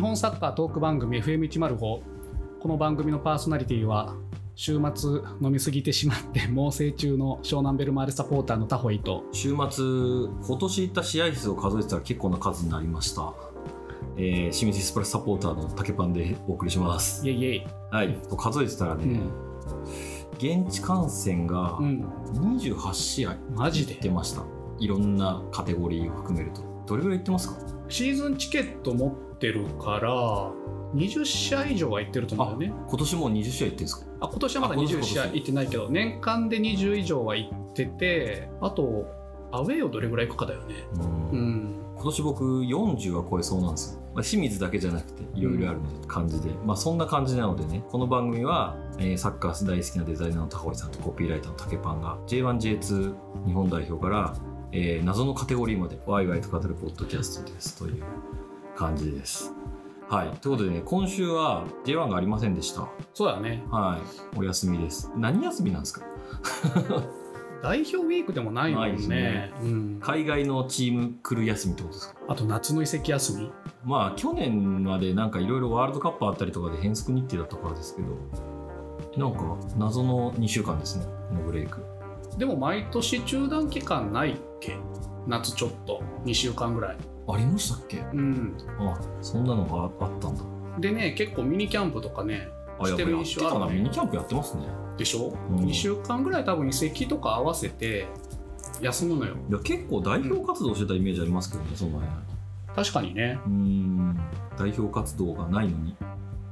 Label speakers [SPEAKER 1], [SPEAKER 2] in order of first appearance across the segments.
[SPEAKER 1] 本サッカートーク番組 FM105 この番組のパーソナリティは週末飲みすぎてしまって猛省中の湘南ベルマーレサポーターのタホイと
[SPEAKER 2] 週末、今年行った試合数を数えてたら結構な数になりました。えー、清水エスプラスサポーターの竹パンでお送りします。
[SPEAKER 1] イエイイエイ、
[SPEAKER 2] はい、数えてたらね、現地観戦が
[SPEAKER 1] うん、うん、
[SPEAKER 2] 28試合
[SPEAKER 1] マジ
[SPEAKER 2] 行って
[SPEAKER 1] で
[SPEAKER 2] ました。いろんなカテゴリーを含めると。どれぐらい行ってますか
[SPEAKER 1] シーズンチケット持ってるから20試合以上は行ってると思うんだよね
[SPEAKER 2] 今年もう20試合行ってるんですか
[SPEAKER 1] あ今年はまだ
[SPEAKER 2] あ今年
[SPEAKER 1] 20試合行ってないけど年間で20以上は行っててあとアウェーをどれぐらい行くかだよね
[SPEAKER 2] うん
[SPEAKER 1] うん
[SPEAKER 2] 今年僕40は超えそうなんですよ、まあ、清水だけじゃなくていろいろある感じで、まあそんな感じなのでねこの番組は、えーサッカー大好きなデザイナーの高堀さんとコピーライターの竹パンが J1J2 日本代表から、えー謎のカテゴリーまでワイワイと語るポッドキャストですという感じですはいということでね今週は J1 がありませんでした
[SPEAKER 1] そうだね
[SPEAKER 2] はいお休みです何休みなんですか
[SPEAKER 1] 代表ウィークでもないも
[SPEAKER 2] ないで
[SPEAKER 1] ん
[SPEAKER 2] す
[SPEAKER 1] ね
[SPEAKER 2] ね
[SPEAKER 1] うん、
[SPEAKER 2] 海外のチーム来る休みってことですか
[SPEAKER 1] あと夏の移籍休み
[SPEAKER 2] まあ去年までなんかいろいろワールドカップあったりとかで変則日程だったからですけどなんか謎の2週間ですねこのブレイク
[SPEAKER 1] でも毎年中断期間ないっけ夏ちょっと2週間ぐらい
[SPEAKER 2] ありましたっけ
[SPEAKER 1] うん
[SPEAKER 2] あそんなのがあったんだ
[SPEAKER 1] でね結構ミニキャンプとかね
[SPEAKER 2] あや
[SPEAKER 1] し
[SPEAKER 2] ってぱ
[SPEAKER 1] る
[SPEAKER 2] やっ
[SPEAKER 1] 印
[SPEAKER 2] て
[SPEAKER 1] 象
[SPEAKER 2] た
[SPEAKER 1] あ
[SPEAKER 2] な
[SPEAKER 1] るね
[SPEAKER 2] ミニキャンプやってますね
[SPEAKER 1] でしょ、
[SPEAKER 2] うん
[SPEAKER 1] 2週間ぐらい多分移籍とか合わせて休むのよ
[SPEAKER 2] いや結構代表活動してたイメージありますけどねその辺
[SPEAKER 1] 確かにね
[SPEAKER 2] うーん代表活動がないのに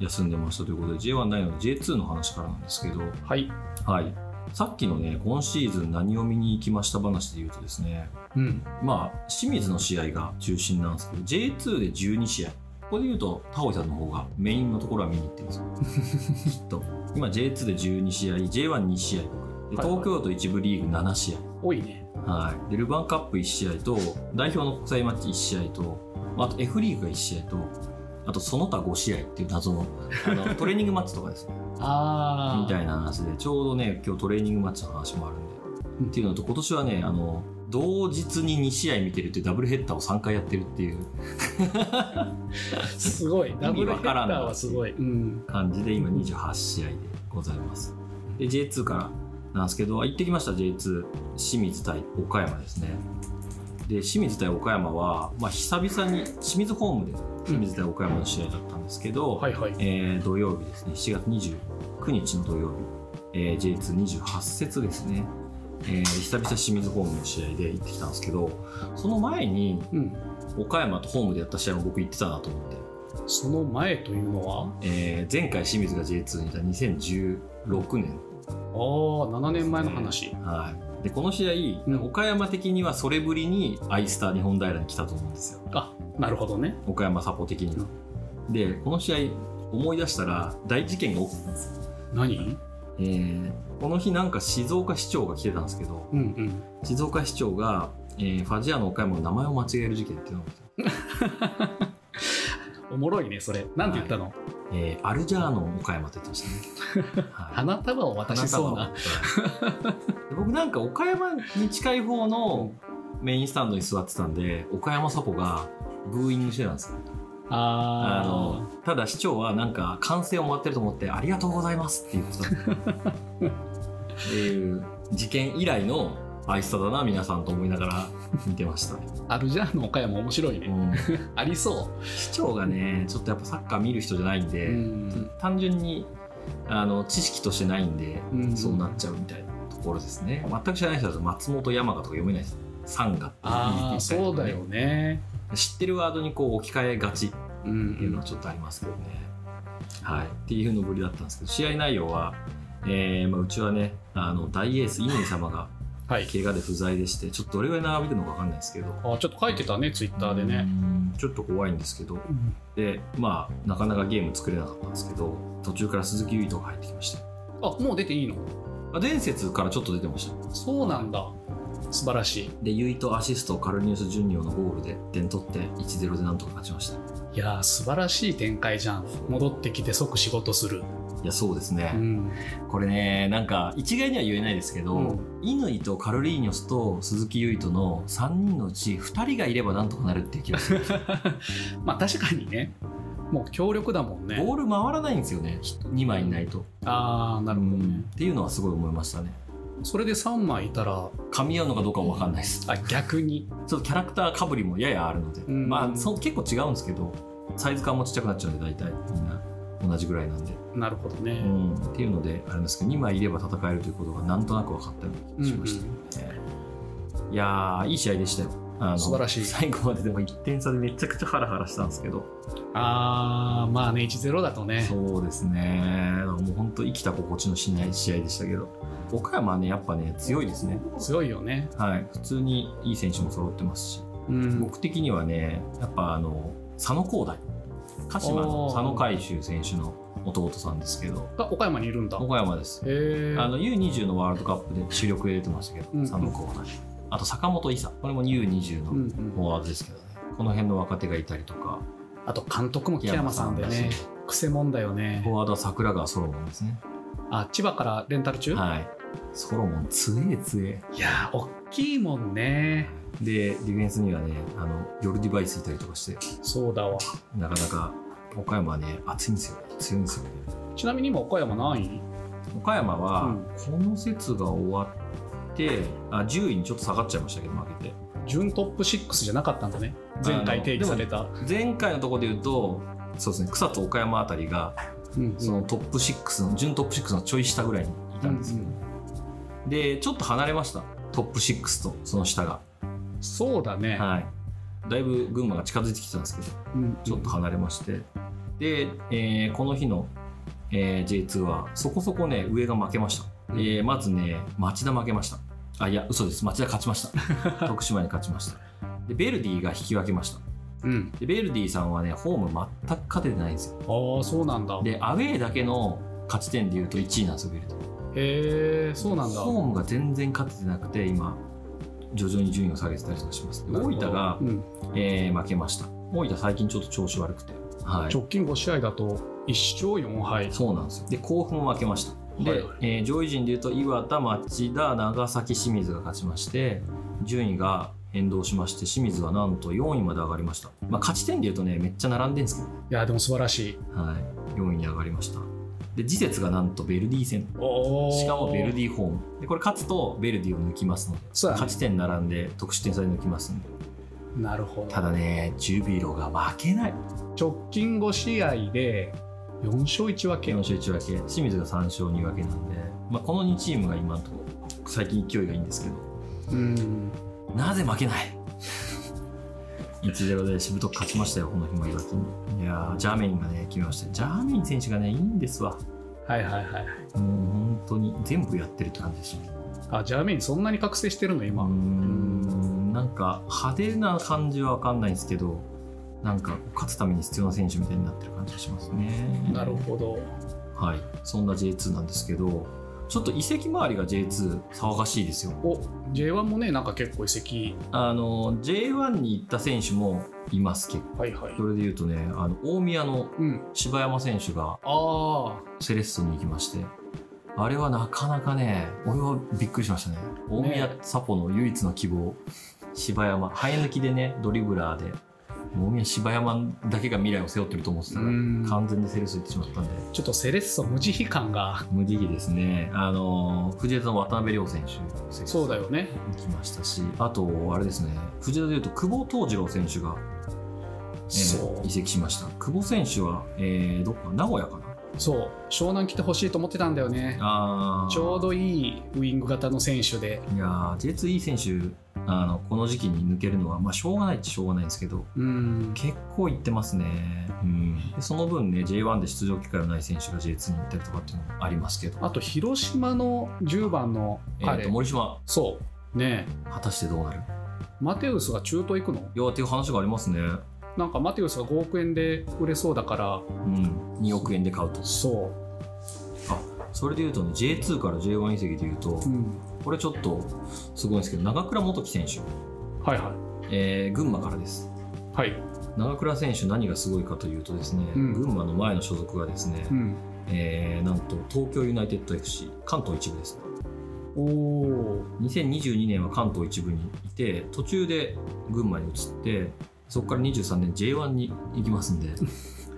[SPEAKER 2] 休んでましたということで J1 ないので J2 の話からなんですけど
[SPEAKER 1] はい
[SPEAKER 2] はいさっきのね今シーズン何を見に行きました話で言うとですね
[SPEAKER 1] うん
[SPEAKER 2] まあ、清水の試合が中心なんですけど、J2 で12試合。ここで言うと、タオイさんの方がメインのところは見に行ってるんですよ。きっと。今、J2 で12試合、J12 試合僕で、
[SPEAKER 1] はいはい
[SPEAKER 2] 東京都一部リーグ7試合。
[SPEAKER 1] 多いね
[SPEAKER 2] はい。で、ルヴァンカップ1試合と、代表の国際マッチ1試合と、あと F リーグが1試合と、あとその他5試合っていう謎の、あの、トレーニングマッチとかですね。
[SPEAKER 1] あ
[SPEAKER 2] みた
[SPEAKER 1] い
[SPEAKER 2] いな話でちょうどね今日トレーニングマッチの話もあるんで、
[SPEAKER 1] うん
[SPEAKER 2] っていうのと今年はねあの同日に2試合見てるっていうダブルヘッダーを3回やってるっていう
[SPEAKER 1] すごいダブルヘッダーはすごい、うん、
[SPEAKER 2] 感じで今28試合でございますで J2 からなんですけど行ってきました J2 清水対岡山ですねで清水対岡山は、まあ、久々に清水ホームで清水対岡山の試合だったんですけど、
[SPEAKER 1] はいはい
[SPEAKER 2] えー土曜日ですね7月29日の土曜日、えー J228 節ですね、えー久々清水ホームの試合で行ってきたんですけどその前に
[SPEAKER 1] うん
[SPEAKER 2] 岡山とホームでやった試合も僕行ってたなと思って、
[SPEAKER 1] その前というのは
[SPEAKER 2] えー前回清水が J2 にいた2016年、
[SPEAKER 1] ああ7年前の話、
[SPEAKER 2] はい、でこの試合、
[SPEAKER 1] うん
[SPEAKER 2] 岡山的にはそれぶりにアイスター日本平に来たと思うんですよ
[SPEAKER 1] あなるほどね
[SPEAKER 2] 岡山サポ的にはでこの試合思い出したら大事件が起きてたんですよ
[SPEAKER 1] 何
[SPEAKER 2] えーこの日なんか静岡市長が来てたんですけど
[SPEAKER 1] うんうん
[SPEAKER 2] 静岡市長が、えーファジアの岡山の名前を間違える事件っていうのが起きた
[SPEAKER 1] おもろいねそれなんて言ったの、
[SPEAKER 2] えーアルジャーノン岡山って言ってまし たね、はい
[SPEAKER 1] 花束を渡しそうな
[SPEAKER 2] 花束をはいで僕なんか岡山に近い方のメインスタンドに座ってたんで岡山サポがブーイングしてたんですよあ
[SPEAKER 1] あ
[SPEAKER 2] のただ市長はなんか歓声を待ってると思って「ありがとうございます」って言って たっていう事件以来の愛さだな皆さんと思いながら見てました、 ね
[SPEAKER 1] あアルジャーノ岡山面白いね、
[SPEAKER 2] うん
[SPEAKER 1] ありそ
[SPEAKER 2] 市長がねちょっとやっぱサッカー見る人じゃないん
[SPEAKER 1] う、
[SPEAKER 2] で、
[SPEAKER 1] うん
[SPEAKER 2] 単純にあの知識としてないんで、
[SPEAKER 1] うん
[SPEAKER 2] そうなっちゃうみたいなところですね全く知らない人だと松本山雅とか読めないですサンガって
[SPEAKER 1] ああ
[SPEAKER 2] 言ったり
[SPEAKER 1] そ
[SPEAKER 2] と
[SPEAKER 1] う
[SPEAKER 2] か
[SPEAKER 1] だ
[SPEAKER 2] ね
[SPEAKER 1] よね
[SPEAKER 2] 知ってるワードにこう置き換えがち
[SPEAKER 1] うん
[SPEAKER 2] っていうのはちょっとありますけどね。はい、っていうのぶりだったんですけど試合内容は、えーまあ、うちはねあの大エース乾様が
[SPEAKER 1] はい
[SPEAKER 2] 怪我で不在でしてちょっとどれぐらい長引くのか分かんないですけど
[SPEAKER 1] あちょっと書いてたねツイッターで
[SPEAKER 2] う
[SPEAKER 1] ね、
[SPEAKER 2] んちょっと怖いんですけど
[SPEAKER 1] うん
[SPEAKER 2] でまあなかなかゲーム作れなかったんですけど途中から鈴木唯斗が入ってきました
[SPEAKER 1] あもう出ていいの
[SPEAKER 2] あ伝説からちょっと出てました
[SPEAKER 1] そうなんだ素晴らしい
[SPEAKER 2] で唯斗アシストカルニウス・ジュニオのゴールで点取って1-0でなんとか勝ちました
[SPEAKER 1] いやー素晴らしい展開じゃん戻ってきて即仕事する、
[SPEAKER 2] いやそうですね、
[SPEAKER 1] うん、
[SPEAKER 2] これねなんか一概には言えないですけど、
[SPEAKER 1] うん
[SPEAKER 2] 乾とカルリーニョスと鈴木唯斗の3人のうち2人がいればなんとかなるっていう気がする
[SPEAKER 1] まあ確かにねもう強力だもんね
[SPEAKER 2] ボール回らないんですよね2枚いないと、
[SPEAKER 1] ああなるほど
[SPEAKER 2] うん
[SPEAKER 1] ね、
[SPEAKER 2] っていうのはすごい思いましたね
[SPEAKER 1] それで3枚いたら
[SPEAKER 2] 噛み合うのかどうかは分かんないです
[SPEAKER 1] あ逆に
[SPEAKER 2] ちょっとキャラクターかぶりもややあるので、
[SPEAKER 1] うん
[SPEAKER 2] まあそう結構違うんですけどサイズ感もちっちゃくなっちゃうんで大体みんな同じぐらいなんで、
[SPEAKER 1] なるほどね、
[SPEAKER 2] うんっていうのであれなんですけど2枚いれば戦えるということがなんとなく分かったような気がしました、えーいやーいい試合でしたよあの
[SPEAKER 1] 素晴らしい
[SPEAKER 2] 最後まででも1点差でめちゃくちゃハラハラしたんですけど
[SPEAKER 1] ああまあね1-0だとね
[SPEAKER 2] そうですねもう本当生きた心地のしない試合でしたけど岡山はねやっぱね強いですね
[SPEAKER 1] 強いよね
[SPEAKER 2] はい普通にいい選手も揃ってますし
[SPEAKER 1] うん
[SPEAKER 2] 僕的にはねやっぱあの佐野光大鹿島の
[SPEAKER 1] おー
[SPEAKER 2] 佐野海舟選手の弟さんですけど
[SPEAKER 1] あ岡山にいるんだへ
[SPEAKER 2] 岡山です
[SPEAKER 1] え
[SPEAKER 2] あの U20 のワールドカップで主力で出てましたけど、
[SPEAKER 1] うん
[SPEAKER 2] 佐野光大あと坂本勇これも U20 の
[SPEAKER 1] うんう
[SPEAKER 2] フォ
[SPEAKER 1] ん、
[SPEAKER 2] ワードですけどねこの辺の若手がいたりとか
[SPEAKER 1] あと監督も木山さんで
[SPEAKER 2] 木山
[SPEAKER 1] ね
[SPEAKER 2] さ
[SPEAKER 1] 癖もんだよね
[SPEAKER 2] フォワードは桜川ソロモンですね
[SPEAKER 1] あ千葉からレンタル中、
[SPEAKER 2] はいソロモン強え強え
[SPEAKER 1] い、やー大きいもんね
[SPEAKER 2] でディフェンスにはねあのヨルディバイスいたりとかして
[SPEAKER 1] そうだわ
[SPEAKER 2] なかなか岡山はね熱いんですよね強いんですよね
[SPEAKER 1] ちなみに今岡山何位
[SPEAKER 2] 岡山
[SPEAKER 1] う
[SPEAKER 2] は
[SPEAKER 1] ん
[SPEAKER 2] この節が終わって、あ10位にちょっと下がっちゃいましたけど負けて
[SPEAKER 1] 準トップ6じゃなかったんだね前回定義された、
[SPEAKER 2] 前回のところで言うとそうですね草津岡山あたりが
[SPEAKER 1] うん
[SPEAKER 2] そのトップ6の準トップ6のちょい下ぐらいにいたんですけど、でちょっと離れましたトップ6とその下が、
[SPEAKER 1] そうだね、
[SPEAKER 2] はい、だいぶ群馬が近づいてきてたんですけど
[SPEAKER 1] うん
[SPEAKER 2] ちょっと離れまして、で、えーこの日の、えー J2 はそこそこね上が負けました、
[SPEAKER 1] うん
[SPEAKER 2] えーまずね町田負けましたあいや嘘です町田勝ちました 徳島に勝ちましたでベルディが引き分けました
[SPEAKER 1] うん
[SPEAKER 2] でベルディさんはねホーム全く勝ててないんですよ
[SPEAKER 1] ああそうなんだへ
[SPEAKER 2] でアウェーだけの勝ち点でいうと1位なんですよベルディ
[SPEAKER 1] えそうなんだ
[SPEAKER 2] ホームが全然勝ててなくて今徐々に順位を下げてたりとかしますで大分が
[SPEAKER 1] う、ん
[SPEAKER 2] えー負けました大分最近ちょっと調子悪くて、はい、
[SPEAKER 1] 直近5試合だと1勝4敗
[SPEAKER 2] そうなんですよ。で、甲府も負けました。で、
[SPEAKER 1] はいはい
[SPEAKER 2] えー上位陣でいうと岩田、町田、長崎、清水が勝ちまして、順位が変動しまして、清水はなんと4位まで上がりました。まあ、勝ち点でいうとね、めっちゃ並んでるんですけどね、
[SPEAKER 1] いやでも素晴らしい
[SPEAKER 2] はい、4位に上がりました。で、次節がなんとベルディ戦。
[SPEAKER 1] おー
[SPEAKER 2] しかもベルディホーム。で、これ勝つとベルディを抜きますので、
[SPEAKER 1] そうだね
[SPEAKER 2] 勝ち点並んで得失点差で抜きますんで。
[SPEAKER 1] なるほど
[SPEAKER 2] ただね、ジュビロが負けない。
[SPEAKER 1] 直近5試合で4勝1分け
[SPEAKER 2] 4勝1分け清水が3勝2分けなんで、まあ、この2チームが今のところ最近勢いがいいんですけど
[SPEAKER 1] うん
[SPEAKER 2] なぜ負けない1-0でしぶとく勝ちましたよこの日も岩城にいやージャーメインがね決めましたジャーメイン選手がねいいんですわも
[SPEAKER 1] はいはいはいう
[SPEAKER 2] 本当に全部やってるって感じでしたね
[SPEAKER 1] あジャーメインそんなに覚醒してるの
[SPEAKER 2] うー
[SPEAKER 1] 今、
[SPEAKER 2] んなんか派手な感じは分かんないですけどなんか勝つために必要な選手みたいになってる感じがしますね
[SPEAKER 1] なるほど
[SPEAKER 2] はい、そんな J2 なんですけど、ちょっと移籍周りが J2 騒がしいですよ。
[SPEAKER 1] お J1 もねなんか結構移籍
[SPEAKER 2] あの J1 に行った選手もいます結構。
[SPEAKER 1] はいはい
[SPEAKER 2] それでいうとね、あの大宮の
[SPEAKER 1] うん
[SPEAKER 2] 柴山選手が
[SPEAKER 1] ああ
[SPEAKER 2] セレッソに行きまして、あれはなかなかね、俺はびっくりしましたね。大宮サポの唯一の希望、柴山、生え抜きでね、ドリブラーで。大宮柴山だけが未来を背負ってると思ってたら、
[SPEAKER 1] うん
[SPEAKER 2] 完全にセレッソ行ってしまったんで、
[SPEAKER 1] ちょっとセレッソ無慈悲感が
[SPEAKER 2] 無慈悲ですね、あの藤枝の渡辺亮選手、
[SPEAKER 1] そうだよね
[SPEAKER 2] 行きましたし、あと、あれですね、藤枝でいうと、久保藤次郎選手が、えー
[SPEAKER 1] そう
[SPEAKER 2] 移籍しました。久保選手は、えーどっか、名古屋かな。
[SPEAKER 1] そう湘南来てほしいと思ってたんだよね
[SPEAKER 2] あー
[SPEAKER 1] ちょうどいいウイング型の選手で
[SPEAKER 2] いやー J2 いい選手あの、この時期に抜けるのは、まあ、しょうがないっちゃしょうがないんですけど、
[SPEAKER 1] うん
[SPEAKER 2] 結構行ってますね。うん、でその分ね、J1 で出場機会のない選手が J2 に行ったりとかっていうのもありますけど、
[SPEAKER 1] あと広島の10番の
[SPEAKER 2] えー
[SPEAKER 1] 彼、
[SPEAKER 2] と森島、
[SPEAKER 1] そうねえ
[SPEAKER 2] 果たしてどうなる
[SPEAKER 1] マテウスが中東行くの
[SPEAKER 2] いやーっていう話がありますね。
[SPEAKER 1] なんかマテウスが5億円で売れそうだから
[SPEAKER 2] うん、2億円で買うと
[SPEAKER 1] そ
[SPEAKER 2] それでいうとね J2 から J1 移籍でいうと
[SPEAKER 1] う、うん、
[SPEAKER 2] これちょっとすごいんですけど長倉元樹選手、
[SPEAKER 1] はいは
[SPEAKER 2] えー群馬からです
[SPEAKER 1] いはい、
[SPEAKER 2] 長倉選手何がすごいかというとですね、
[SPEAKER 1] うん
[SPEAKER 2] 群馬の前の所属がですね、
[SPEAKER 1] うん、
[SPEAKER 2] えーなんと東京ユナイテッド FC 関東一部ですね
[SPEAKER 1] おお
[SPEAKER 2] 2022年は関東一部にいて途中で群馬に移ってそこから23年 J1 に行きますんで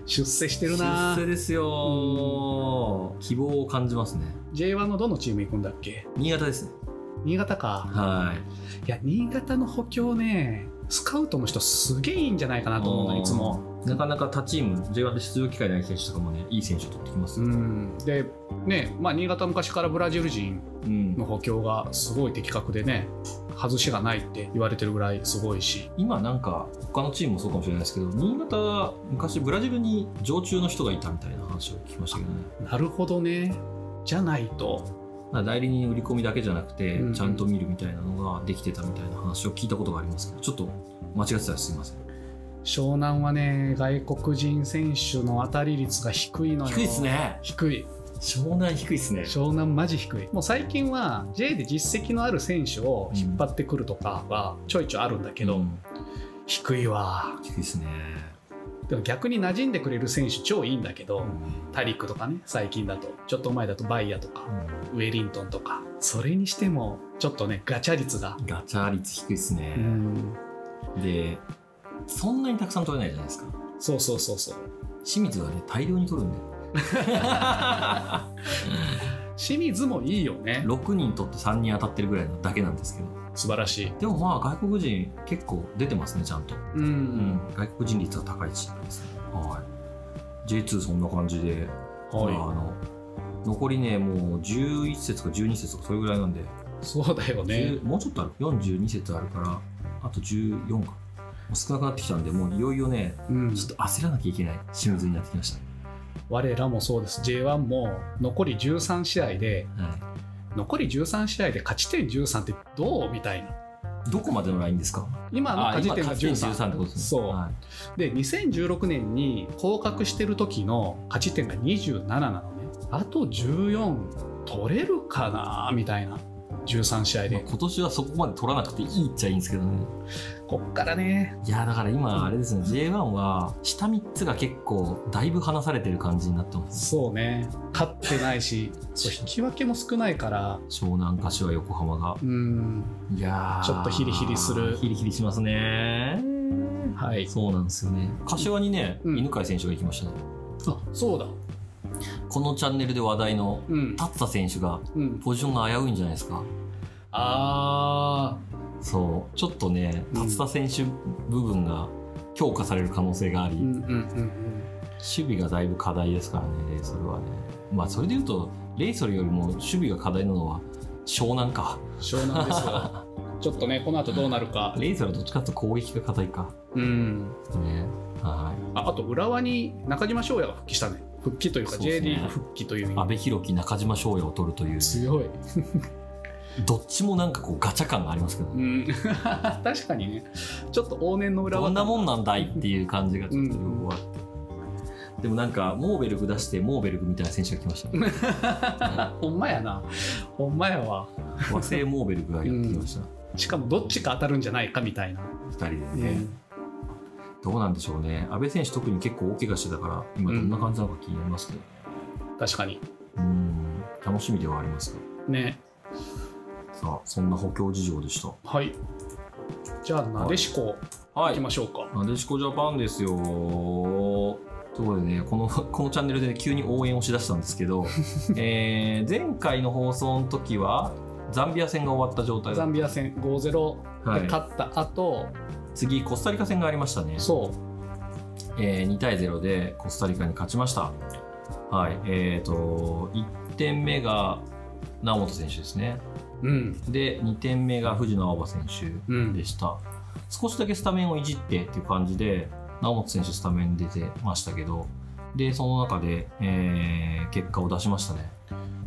[SPEAKER 1] 出世してるな
[SPEAKER 2] 出世ですよ希望を感じますね
[SPEAKER 1] J1 のどのチーム行くんだっけ
[SPEAKER 2] 新潟ですね
[SPEAKER 1] 新潟か
[SPEAKER 2] はい
[SPEAKER 1] いや新潟の補強ねスカウトの人すげえいいんじゃないかなと思うのいつも
[SPEAKER 2] なかなか他チーム J1 で出場機会ない選手とかもねいい選手を取ってきます
[SPEAKER 1] う
[SPEAKER 2] よ
[SPEAKER 1] んでねまあ新潟昔からブラジル人
[SPEAKER 2] うん
[SPEAKER 1] の補強がすごい的確でね外しがないって言われてるぐらいすごいし
[SPEAKER 2] 今なんか他のチームもそうかもしれないですけど新潟昔ブラジルに常駐の人がいたみたいな話を聞きましたけどね
[SPEAKER 1] なるほどねじゃないと
[SPEAKER 2] まあ代理人売り込みだけじゃなくて
[SPEAKER 1] うん
[SPEAKER 2] ちゃんと見るみたいなのができてたみたいな話を聞いたことがありますけどちょっと間違ってたらすいません
[SPEAKER 1] 湘南はね外国人選手の当たり率が低いのよ
[SPEAKER 2] 低いっすね
[SPEAKER 1] 低い
[SPEAKER 2] 湘南低いっすね
[SPEAKER 1] 湘南マジ低いもう最近は J で実績のある選手を引っ張ってくるとかはちょいちょいあるんだけど、
[SPEAKER 2] うん
[SPEAKER 1] 低いわ
[SPEAKER 2] 低いっすね
[SPEAKER 1] でも逆に馴染んでくれる選手超いいんだけど、
[SPEAKER 2] うん
[SPEAKER 1] タリックとかね最近だとちょっと前だとバイヤとかウェリントンとかそれにしてもちょっとねガチャ率が、
[SPEAKER 2] ガチャ率低いっす
[SPEAKER 1] う
[SPEAKER 2] ね
[SPEAKER 1] ん
[SPEAKER 2] でそんなにたくさん取れないじゃないですか
[SPEAKER 1] そうそうそうそう
[SPEAKER 2] 清水はね大量に取るんで
[SPEAKER 1] 清水もいいよね
[SPEAKER 2] 6人取って3人当たってるぐらいのだけなんですけど
[SPEAKER 1] 素晴らしい
[SPEAKER 2] でもまあ外国人結構出てますねちゃんと、
[SPEAKER 1] うん、
[SPEAKER 2] うん外国人率は高いチームですねはい J2 そんな感じで、
[SPEAKER 1] はい
[SPEAKER 2] まああの残りねもう11節か12節とかそれぐらいなんで、
[SPEAKER 1] そうだよね
[SPEAKER 2] 10もうちょっとある42節あるからあと14かもう少なくなってきたんでもういよいよね
[SPEAKER 1] うん
[SPEAKER 2] ちょっと焦らなきゃいけない清水になってきまし
[SPEAKER 1] 我らもそうです J1 も残り13試合で
[SPEAKER 2] た、は、
[SPEAKER 1] 残り13試合で勝ち点13ってどうみたいない
[SPEAKER 2] どこまでのラインですか
[SPEAKER 1] 今の勝ち点が
[SPEAKER 2] 勝ち点13
[SPEAKER 1] 13
[SPEAKER 2] ってことですね
[SPEAKER 1] そう、
[SPEAKER 2] は
[SPEAKER 1] で2016年に降格してる時の勝ち点が27なのねあと14取れるかなみたいな13試合
[SPEAKER 2] いまあ
[SPEAKER 1] で
[SPEAKER 2] 今年はそこまで取らなくていいっちゃいいんですけどね
[SPEAKER 1] こっからね
[SPEAKER 2] いやだから今あれですね、J1 は下3つが結構だいぶ離されてる感じになってます
[SPEAKER 1] そうね勝ってないし そう引き分けも少ないから
[SPEAKER 2] 湘南柏横浜が
[SPEAKER 1] うん
[SPEAKER 2] いやー
[SPEAKER 1] ちょっとヒリヒリする
[SPEAKER 2] ヒリヒリしますね
[SPEAKER 1] はい
[SPEAKER 2] そうなんですよね柏にね、
[SPEAKER 1] うん
[SPEAKER 2] 犬飼選手が行きましたね
[SPEAKER 1] あそうだ
[SPEAKER 2] このチャンネルで話題の
[SPEAKER 1] うん
[SPEAKER 2] 達田選手が
[SPEAKER 1] うん
[SPEAKER 2] ポジションが危ういんじゃないですか
[SPEAKER 1] あ
[SPEAKER 2] そうちょっとね
[SPEAKER 1] うん
[SPEAKER 2] 達田選手部分が強化される可能性があり、
[SPEAKER 1] ーうんうんうんうん
[SPEAKER 2] 守備がだいぶ課題ですからねレイソルはねまあそれでいうとレイソルよりも守備が課題なのは湘南か
[SPEAKER 1] 湘南です よちょっとねこの後どうなるか
[SPEAKER 2] レイソルはどっちかというと攻撃が課題か
[SPEAKER 1] うん
[SPEAKER 2] ねはい
[SPEAKER 1] ああと浦和に中島翔也が復帰したね復帰というか
[SPEAKER 2] そうです
[SPEAKER 1] J
[SPEAKER 2] ね
[SPEAKER 1] リーグ復帰という意味
[SPEAKER 2] 阿部寛樹中島翔也を取るという
[SPEAKER 1] 強い、
[SPEAKER 2] どっちもなんかこうガチャ感がありますけど、
[SPEAKER 1] う
[SPEAKER 2] ね
[SPEAKER 1] ん、 確かにねちょっと往年の裏
[SPEAKER 2] ど
[SPEAKER 1] は
[SPEAKER 2] んなもんなんだいっていう感じがちょっと両方あって、でもなんかモーベルグ出してモーベルグみたいな選手が来ました ね
[SPEAKER 1] ほんまやなほんまやわ
[SPEAKER 2] 和製モーベルグがやってきました、
[SPEAKER 1] しかもどっちか当たるんじゃないかみたいな、
[SPEAKER 2] 2人でね、どうなんでしょうね阿部選手特に結構大怪我してたから今どんな感じなのか気になりますけど、
[SPEAKER 1] 確かに
[SPEAKER 2] うん楽しみではありますが
[SPEAKER 1] ね
[SPEAKER 2] さあそんな補強事情でした
[SPEAKER 1] はいじゃあなでしこ
[SPEAKER 2] はい
[SPEAKER 1] きましょうか、
[SPEAKER 2] なでしこジャパンですよということでねこの このチャンネルで、ね、急に応援をしだしたんですけど、えー前回の放送の時はザンビア戦が終わった状態
[SPEAKER 1] ザ
[SPEAKER 2] だ
[SPEAKER 1] ンビア戦5-0
[SPEAKER 2] は
[SPEAKER 1] で
[SPEAKER 2] い、
[SPEAKER 1] 勝った後、
[SPEAKER 2] 次コスタリカ戦がありましたね、
[SPEAKER 1] そう
[SPEAKER 2] えー2対0でコスタリカに勝ちましたはいえー、と1点目が猶本選手ですね
[SPEAKER 1] うん
[SPEAKER 2] で2点目が藤野あおば選手
[SPEAKER 1] うん
[SPEAKER 2] でした少しだけスタメンをいじってっていう感じで猶本選手スタメン出てましたけどでその中で、えー結果を出しましたね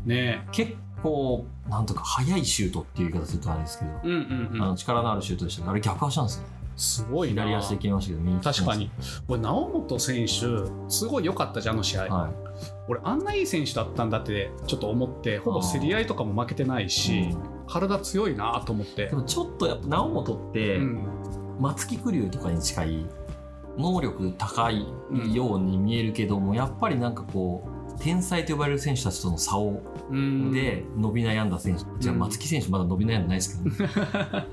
[SPEAKER 1] ね
[SPEAKER 2] 結構なんとか速いシュートっていう言い方するとあれですけど、
[SPEAKER 1] うんうん
[SPEAKER 2] あ
[SPEAKER 1] うん
[SPEAKER 2] の力のあるシュートでしたけどあれ逆足なんですね
[SPEAKER 1] すごいな
[SPEAKER 2] 左足で決めましたけど右利きなんです
[SPEAKER 1] 確かにこれ猶本選手すごい良かったじゃんあの試合、
[SPEAKER 2] はい
[SPEAKER 1] 俺あんないい選手だったんだってちょっと思ってほぼ競り合いとかも負けてないし、
[SPEAKER 2] うん
[SPEAKER 1] 体強いなと思って
[SPEAKER 2] で、もちょっとやっぱ猶本って、
[SPEAKER 1] うん
[SPEAKER 2] 松木玖生とかに近い能力高いように見えるけども、やっぱりなんかこう天才と呼ばれる選手たちとの差を
[SPEAKER 1] うん
[SPEAKER 2] で伸び悩んだ選手、じゃあ
[SPEAKER 1] うん
[SPEAKER 2] 松木選手まだ伸び悩んでないですけど、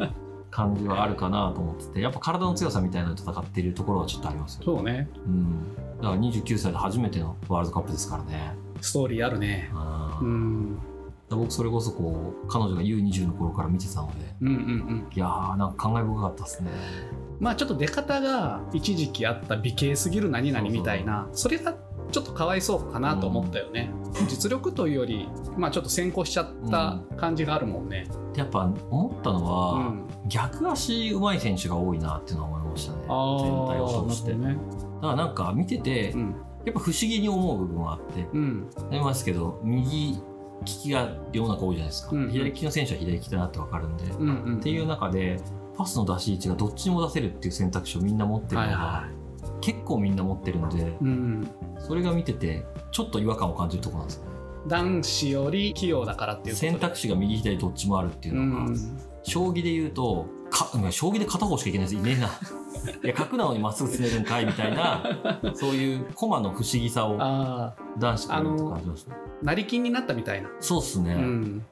[SPEAKER 2] ね感じはあるかなと思っててやっぱ体の強さみたいなので戦っているところはちょっとありますよ、
[SPEAKER 1] そうね
[SPEAKER 2] うん、だから29歳で初めてのワールドカップですからね
[SPEAKER 1] ストーリーあるね
[SPEAKER 2] あー
[SPEAKER 1] うん
[SPEAKER 2] だから僕それこそこう彼女が U20 の頃から見てたので
[SPEAKER 1] うんうんうん
[SPEAKER 2] いやーなんか感慨深かったですね
[SPEAKER 1] まあちょっと出方が一時期あった美形すぎる何々みたいなそれがちょっとかわいそうかなと思ったよね、実力というよりまあちょっと先行しちゃった感じがあるもんね
[SPEAKER 2] でやっぱ思ったの
[SPEAKER 1] う
[SPEAKER 2] は、
[SPEAKER 1] ん
[SPEAKER 2] 逆足うまい選手が多いなっていうのは思いましたね全体を通して、
[SPEAKER 1] あーなるほどね
[SPEAKER 2] だからなんか見てて、
[SPEAKER 1] うん
[SPEAKER 2] やっぱ不思議に思う部分はあって
[SPEAKER 1] うん
[SPEAKER 2] ありますけど右利きが世の中多いじゃないですか、
[SPEAKER 1] うんうん
[SPEAKER 2] 左利きの選手は左利きだなって分かるんで、っ
[SPEAKER 1] うんうん
[SPEAKER 2] ていう中でパスの出し位置がどっちにも出せるっていう選択肢をみんな持ってるの
[SPEAKER 1] は
[SPEAKER 2] が、
[SPEAKER 1] いは
[SPEAKER 2] 結構みんな持ってるので
[SPEAKER 1] うん
[SPEAKER 2] それが見ててちょっと違和感を感じるところなんですよね
[SPEAKER 1] 男子より器用だからっていうことで
[SPEAKER 2] 選択肢が右左どっちもあるっていう
[SPEAKER 1] う
[SPEAKER 2] のが、
[SPEAKER 1] ん
[SPEAKER 2] 将棋で言うとかうん将棋で片方しかいけないやついねえな いや角なのにまっすぐ詰めるんかいみたいなそういう駒の不思議さを
[SPEAKER 1] ああ
[SPEAKER 2] 男子から見ると感じました
[SPEAKER 1] 成金になったみたいな
[SPEAKER 2] そうっすね、
[SPEAKER 1] うん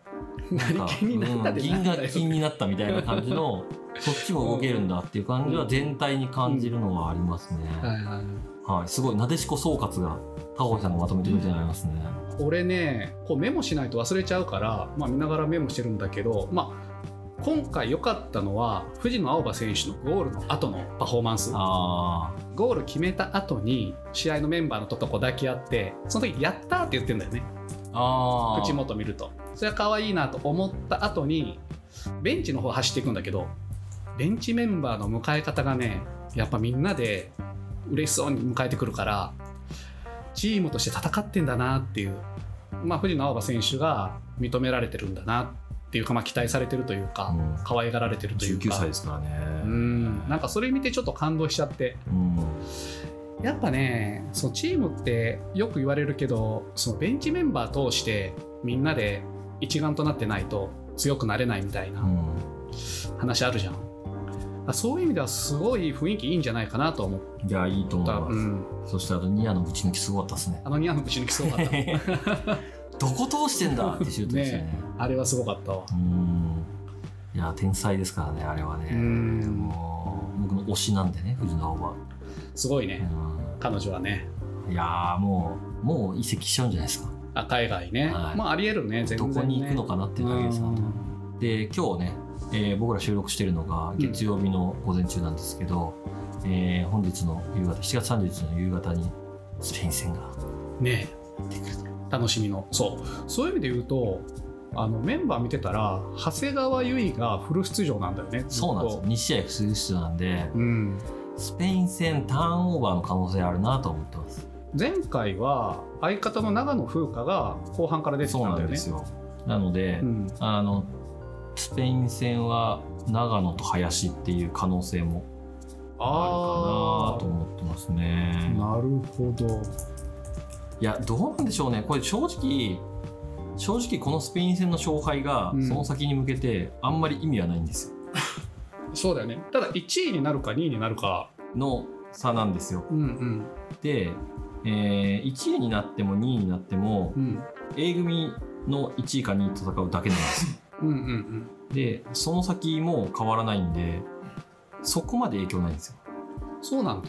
[SPEAKER 1] 成金になった
[SPEAKER 2] うん
[SPEAKER 1] で
[SPEAKER 2] 銀
[SPEAKER 1] 何
[SPEAKER 2] が
[SPEAKER 1] だよ
[SPEAKER 2] 金になったみたいな感 じのそっちも動けるんだっていう感じは全体に感じるのはありますね、
[SPEAKER 1] はいはい
[SPEAKER 2] はい、すごいなでしこ総括が田越さんがまとめてくれてありますね、
[SPEAKER 1] 俺ねこうメモしないと忘れちゃうから、まあ、見ながらメモしてるんだけど、まあ、今回良かったのは藤野青葉選手のゴールの後のパフォーマンス
[SPEAKER 2] ああ
[SPEAKER 1] ゴール決めた後に試合のメンバーのとこ抱き合ってその時「やった!」って言ってんだよね
[SPEAKER 2] ああ
[SPEAKER 1] 口元見るとそれは可愛いなと思った後にベンチの方走っていくんだけどベンチメンバーの迎え方がねやっぱみんなで嬉しそうに迎えてくるからチームとして戦ってんだなっていう、まあ、藤野青葉選手が認められてるんだなっていうか、まあ、期待されてるというか、
[SPEAKER 2] うん
[SPEAKER 1] 可愛がられてるというか
[SPEAKER 2] 19歳ですからね
[SPEAKER 1] うんなんかそれ見てちょっと感動しちゃって
[SPEAKER 2] うん
[SPEAKER 1] やっぱねそのチームってよく言われるけどそのベンチメンバー通してみんなで一丸となってないと強くなれないみたいうなん話あるじゃん、あそういう意味ではすごい雰囲気いいんじゃないかなと思っ
[SPEAKER 2] いやいいと思い
[SPEAKER 1] た、
[SPEAKER 2] ま
[SPEAKER 1] う
[SPEAKER 2] す、
[SPEAKER 1] ん、
[SPEAKER 2] そしてあとニアのぶち抜きすごかった ですね
[SPEAKER 1] あのニアの口抜きすごか った
[SPEAKER 2] どこ通してんだってシュートでしたね
[SPEAKER 1] ねあれはすごかったわ
[SPEAKER 2] うんいや天才ですからねあれはね
[SPEAKER 1] うん
[SPEAKER 2] もう僕の推しなんでね藤野青葉
[SPEAKER 1] すごいね彼女はね
[SPEAKER 2] いやーもうもう移籍しちゃうんじゃないですか、
[SPEAKER 1] あ海外ね、
[SPEAKER 2] はい
[SPEAKER 1] まあありえるね全然
[SPEAKER 2] ど
[SPEAKER 1] ね
[SPEAKER 2] こに行くのかなっていうだけですよね
[SPEAKER 1] うん
[SPEAKER 2] で今日ね、えー僕ら収録してるのが月曜日の午前中なんですけど、えー本日の夕方7月31日の夕方にスペイン戦が
[SPEAKER 1] ね
[SPEAKER 2] 出てくる
[SPEAKER 1] 楽しみのそうそういう意味で言うとあのメンバー見てたら長谷川由依がフル出場なんだよねずっと
[SPEAKER 2] そうなんですよ2試合不出場なんで
[SPEAKER 1] うん、
[SPEAKER 2] スペイン戦ターンオーバーの可能性あるなと思ってます
[SPEAKER 1] 前回は相方の長野風花が後半から出てき
[SPEAKER 2] そう
[SPEAKER 1] たん
[SPEAKER 2] な
[SPEAKER 1] だよ
[SPEAKER 2] んで
[SPEAKER 1] ね
[SPEAKER 2] すよなので、
[SPEAKER 1] うん
[SPEAKER 2] あのスペイン戦は長野と林っていう可能性もあ
[SPEAKER 1] あ
[SPEAKER 2] るかな
[SPEAKER 1] ー
[SPEAKER 2] と思ってますね
[SPEAKER 1] なるほど
[SPEAKER 2] いやどうなんでしょうねこれ正直正直このスペイン戦の勝敗が
[SPEAKER 1] うん
[SPEAKER 2] その先に向けてあんまり意味はないんですよ、
[SPEAKER 1] そうだよねただ1位になるか2位になるか
[SPEAKER 2] の差なんですよ
[SPEAKER 1] うんうん
[SPEAKER 2] で、え1位になっても2位になっても
[SPEAKER 1] うん
[SPEAKER 2] A 組の1位か2位と戦うだけなんです よ
[SPEAKER 1] うんうん
[SPEAKER 2] でその先も変わらないんでそこまで影響ないんですよ
[SPEAKER 1] うんそうなんだ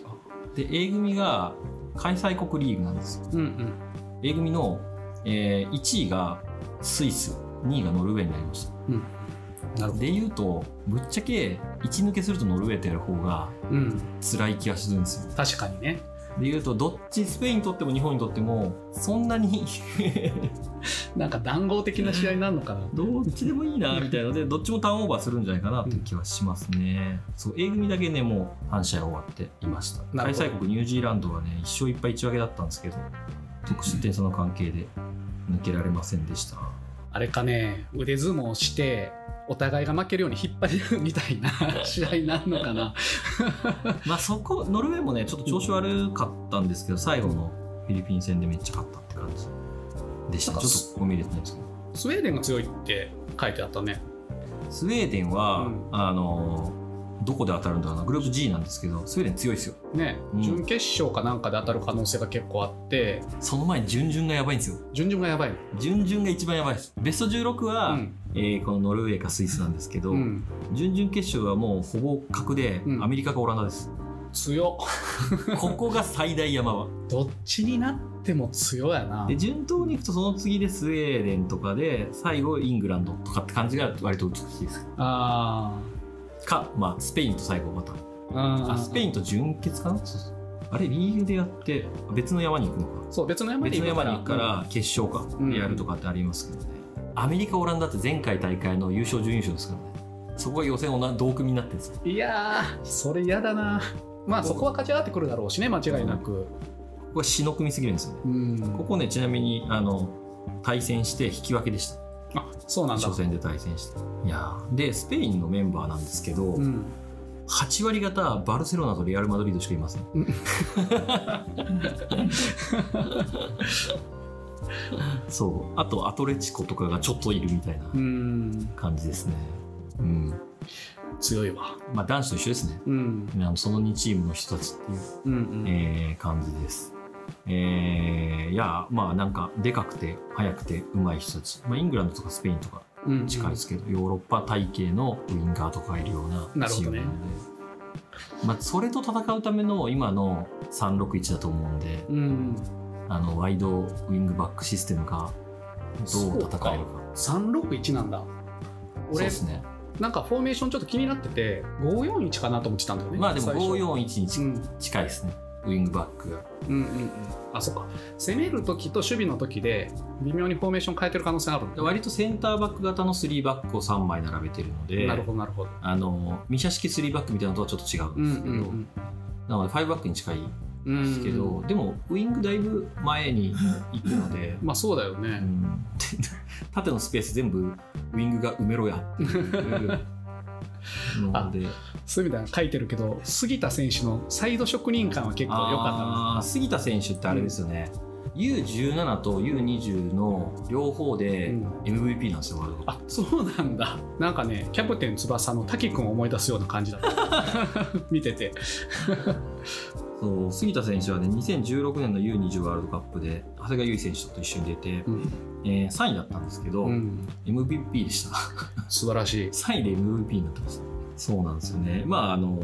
[SPEAKER 2] で A 組が開催国リーグなんですよ
[SPEAKER 1] うんうん
[SPEAKER 2] A 組の、え1位がスイス2位がノルウェーになりました
[SPEAKER 1] なるほど
[SPEAKER 2] で言うとぶっちゃけ一抜けするとノルウェーとやる方が
[SPEAKER 1] うん
[SPEAKER 2] 辛い気がするんですよ
[SPEAKER 1] 確かにね
[SPEAKER 2] で言うとどっちスペインにとっても日本にとってもそんなに
[SPEAKER 1] なんか談合的な試合になるのかな
[SPEAKER 2] どっちでもいいなみたいのでどっちもターンオーバーするんじゃないかなという気はしますね、そう A 組だけねもう半試合終わっていました
[SPEAKER 1] なる
[SPEAKER 2] 開
[SPEAKER 1] ほど
[SPEAKER 2] 催国ニュージーランドはね1勝1敗1分けだったんですけど得失点差の関係で抜けられませんでした
[SPEAKER 1] あれかね腕相撲してお互いが負けるように引っ張り合うみたい な試合になるのかな
[SPEAKER 2] まあそこノルウェーもねちょっと調子悪かったんですけど最後のフィリピン戦でめっちゃ勝ったって感じでした
[SPEAKER 1] なん
[SPEAKER 2] ち
[SPEAKER 1] か
[SPEAKER 2] ょっとここ見れてないですけど
[SPEAKER 1] スウェーデンが強いって書いてあったね
[SPEAKER 2] スウェーデンは、
[SPEAKER 1] うん
[SPEAKER 2] あのどこで当たるんだろうなグループ G なんですけどスウェーデン強いですよ
[SPEAKER 1] ね、
[SPEAKER 2] うん
[SPEAKER 1] 準決勝かなんかで当たる可能性が結構あって
[SPEAKER 2] その前に準々がやばいんですよ
[SPEAKER 1] 準々がやばいの、
[SPEAKER 2] 準々が一番やばいですベスト16は、
[SPEAKER 1] うん
[SPEAKER 2] えーこのノルウェーかスイスなんですけど、
[SPEAKER 1] うん、
[SPEAKER 2] 準々決勝はもうほぼ格で、
[SPEAKER 1] うん
[SPEAKER 2] アメリカかオランダ です
[SPEAKER 1] 強
[SPEAKER 2] ここが最大山場
[SPEAKER 1] どっちになっても強やな
[SPEAKER 2] で順当にいくとその次でスウェーデンとかで最後イングランドとかって感じが割と美しいです
[SPEAKER 1] あ
[SPEAKER 2] か、まあ、スペインと最後また
[SPEAKER 1] あ
[SPEAKER 2] あスペイ
[SPEAKER 1] ン
[SPEAKER 2] ンと準決かなあれリーグでやって別の山に行くのか
[SPEAKER 1] そう別の山で
[SPEAKER 2] 別
[SPEAKER 1] 行
[SPEAKER 2] の
[SPEAKER 1] くか
[SPEAKER 2] 山に
[SPEAKER 1] ら
[SPEAKER 2] 行くから決勝か
[SPEAKER 1] うん
[SPEAKER 2] やるとかってありますけどね、アメリカオランダって前回大会の優勝準優勝ですからねそこが予選をな同組になってるんですよ
[SPEAKER 1] うんいやーそれ嫌だなまあそこは勝ち上がってくるだろうしね間違いなく
[SPEAKER 2] ここがしの組すぎるんですよね
[SPEAKER 1] うん
[SPEAKER 2] ここねちなみにあの対戦して引き分けでした
[SPEAKER 1] あそうなんだ
[SPEAKER 2] 初戦で対戦していやーでスペインのメンバーなんですけど、
[SPEAKER 1] うん
[SPEAKER 2] 8割方バルセロナとレアル・マドリードしかいません
[SPEAKER 1] うん
[SPEAKER 2] そうあとアトレチコとかがちょっといるみたいな
[SPEAKER 1] うん
[SPEAKER 2] 感じですねうん
[SPEAKER 1] 強いわ
[SPEAKER 2] まあ男子と一緒ですね
[SPEAKER 1] うん
[SPEAKER 2] あのその2チームの人たちっていう、
[SPEAKER 1] うんうん
[SPEAKER 2] えー感じですえーいやまあなんかでかくて速くて上手い人たち、まあ、イングランドとかスペインとか
[SPEAKER 1] うん
[SPEAKER 2] 近いですけど、ヨーロッパ体系のウィンガーとかいるような
[SPEAKER 1] なるほ
[SPEAKER 2] チー
[SPEAKER 1] ど
[SPEAKER 2] ム
[SPEAKER 1] ね
[SPEAKER 2] なので、まあ、それと戦うための今の361だと思うんで
[SPEAKER 1] うん
[SPEAKER 2] あのワイドウィングバックシステムがどう戦えるか
[SPEAKER 1] 361なんだ
[SPEAKER 2] そう
[SPEAKER 1] 俺
[SPEAKER 2] ですね
[SPEAKER 1] なんかフォーメーションちょっと気になってて541かなと思ってたんだよね
[SPEAKER 2] まあでも
[SPEAKER 1] 最初
[SPEAKER 2] 541に
[SPEAKER 1] う
[SPEAKER 2] ち
[SPEAKER 1] ん
[SPEAKER 2] 近いですね、ウィングバックが
[SPEAKER 1] うんうんうんあそっか攻める時と守備の時で微妙にフォーメーション変えてる可能性あるん
[SPEAKER 2] で
[SPEAKER 1] だ
[SPEAKER 2] 割とセンターバック型の3バックを3枚並べてるので
[SPEAKER 1] なるほどなるほど
[SPEAKER 2] あのミシャ式3バックみたいなのとはちょっと違うんですけど、なので5バックに近い
[SPEAKER 1] うん
[SPEAKER 2] ですけど、でもウィングだいぶ前に行くので、
[SPEAKER 1] まあそうだよ
[SPEAKER 2] う
[SPEAKER 1] ね
[SPEAKER 2] んで縦のスペース全部ウィングが埋めろやって いうので
[SPEAKER 1] そういう意味では書いてるけど杉田選手のサイド職人感は結構良か
[SPEAKER 2] あー杉田選手ってあれですよね、U17 と U20 の両方
[SPEAKER 1] った
[SPEAKER 2] で
[SPEAKER 1] な、うん
[SPEAKER 2] MVP なんですよ、ワールドカッ
[SPEAKER 1] あそうなんだなんかねキャプテン翼の滝君を思い出すような感じだった 見てて
[SPEAKER 2] プそう杉田選手はね2016年の U20 ワールドカップで長谷川唯選手と一緒に出て、
[SPEAKER 1] うん、
[SPEAKER 2] えー3位だったんですけど、
[SPEAKER 1] うん、
[SPEAKER 2] MVP でした
[SPEAKER 1] 素晴らしい、
[SPEAKER 2] 3位で MVP になってますそうなんですよねまああの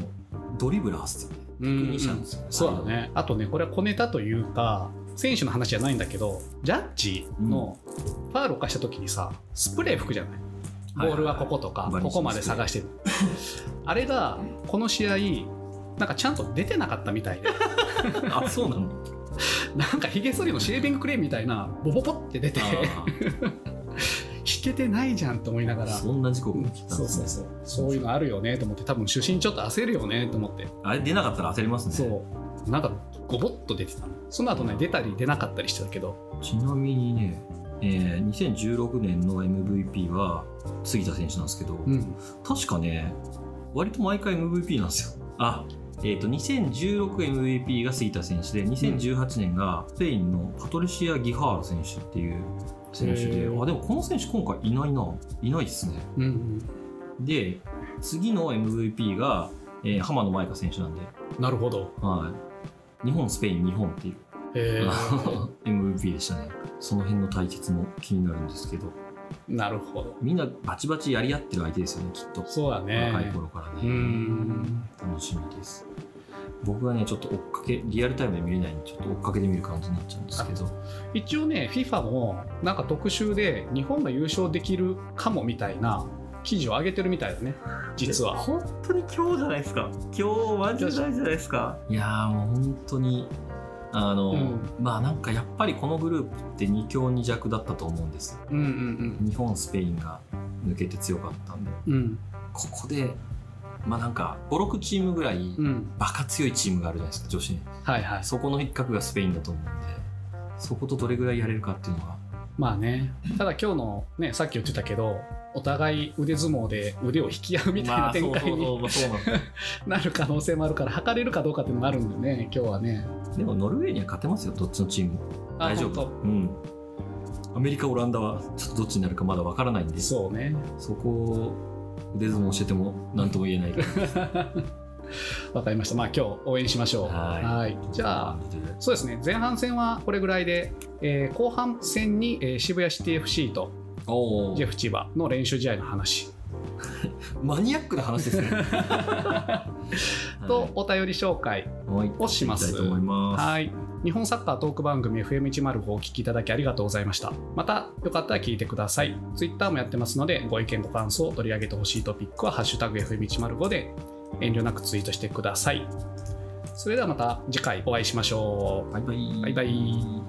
[SPEAKER 2] ドリブラーっすよね
[SPEAKER 1] うん
[SPEAKER 2] 国者なんですよね
[SPEAKER 1] そうだねあとねこれは小ネタというか選手の話じゃないんだけどジャッジのファールを犯した時にさスプレー吹くじゃないボールはこことか、
[SPEAKER 2] はいはいはい
[SPEAKER 1] ここまで探 してるあれがこの試合なんかちゃんと出てなかったみ たいで
[SPEAKER 2] あそうなの
[SPEAKER 1] なんかひげ剃りのシェービングクレーンみたいなボボボって出て 引けてないじゃんと思いながら
[SPEAKER 2] そんな事故が起きたん
[SPEAKER 1] そう
[SPEAKER 2] です
[SPEAKER 1] そう
[SPEAKER 2] ね
[SPEAKER 1] そうそういうのあるよねと思って多分主審ちょっと焦るよねと思って
[SPEAKER 2] あれ出なかったら焦りますね
[SPEAKER 1] そうなんかゴボッと出てたのその後ね出たり出なかったりしてたけど
[SPEAKER 2] ちなみにね、えー2016年の MVP は杉田選手なんですけど、
[SPEAKER 1] うん
[SPEAKER 2] 確かね割と毎回 MVP なんですよあえー、と 2016MVP が杉田選手で2018年がスペインのパトリシア・ギハール選手っていう選手で
[SPEAKER 1] へー
[SPEAKER 2] あでもこの選手今回いないないないっすね
[SPEAKER 1] うんうん
[SPEAKER 2] で次の MVP が、えー浜野舞香選手なんで、
[SPEAKER 1] なるほど。
[SPEAKER 2] はい、日本スペイン日本っていう
[SPEAKER 1] へえ
[SPEAKER 2] MVP でしたねその辺の対決も気になるんですけど
[SPEAKER 1] なるほど。
[SPEAKER 2] みんなバチバチやり合ってる相手ですよねきっと
[SPEAKER 1] そうだ
[SPEAKER 2] 若い
[SPEAKER 1] ね。
[SPEAKER 2] 頃からね
[SPEAKER 1] うーん。
[SPEAKER 2] 楽しみです僕はねちょっと追っかけリアルタイムで見れないんでちょっと追っかけで見る感じになっちゃうんですけど
[SPEAKER 1] 一応ね、FIFA もなんか特集で日本が優勝できるかもみたいな記事を上げてるみたいだね、実は。
[SPEAKER 2] 本当に今日じゃないですか今日マ
[SPEAKER 1] ジで大
[SPEAKER 2] じゃないですかいやーもう本当にあの、
[SPEAKER 1] うん
[SPEAKER 2] まあなんかやっぱりこのグループって2強2弱だったと思うんですよ
[SPEAKER 1] うんうん
[SPEAKER 2] 日本スペインが抜けて強かったんで
[SPEAKER 1] うん。うん
[SPEAKER 2] ここでまあなんか56チームぐらい、
[SPEAKER 1] うん。
[SPEAKER 2] バカ強いチームがあるじゃないですか女子に
[SPEAKER 1] はいはい。
[SPEAKER 2] そこの一角がスペインだと思うんでそことどれぐらいやれるかっていうのが
[SPEAKER 1] まあね、ただ今日のね、さっき言ってたけど、お互い腕相撲で腕を引き合うみたいな展開に
[SPEAKER 2] まあそうそうそうまあそうなんで
[SPEAKER 1] なる可能性もあるから、測れるかどうかっていうのもあるんでね、今日はね。
[SPEAKER 2] す でもノルウェーには勝てますよどっちのチームも
[SPEAKER 1] あ
[SPEAKER 2] 大丈夫
[SPEAKER 1] ほん
[SPEAKER 2] うんアメリカオランダはちょっとどっちになるかまだわからないんで
[SPEAKER 1] と
[SPEAKER 2] そ
[SPEAKER 1] そうね。
[SPEAKER 2] こ腕相撲教えても何とも言えないけど
[SPEAKER 1] わかりました。まあ今日応援しましょう。
[SPEAKER 2] はい
[SPEAKER 1] じゃあ。そうですね前半戦はこれぐらいで、えー後半戦に、えー渋谷シティ FC と
[SPEAKER 2] おお
[SPEAKER 1] ジェフ千葉の練習試合の話
[SPEAKER 2] マニアックな話ですねは い
[SPEAKER 1] とお便り紹介
[SPEAKER 2] はい
[SPEAKER 1] をします
[SPEAKER 2] いきたいと思います
[SPEAKER 1] はい日本サッカートーク番組 FM105 をお聞きいただきありがとうございましたまたよかったら聞いてください Twitter もやってますのでご意見ご感想取り上げてほしいトピックは「ハッシュタグ #FM105」で遠慮なくツイートしてくださいそれではまた次回お会いしましょう
[SPEAKER 2] バイバイ
[SPEAKER 1] バイバイ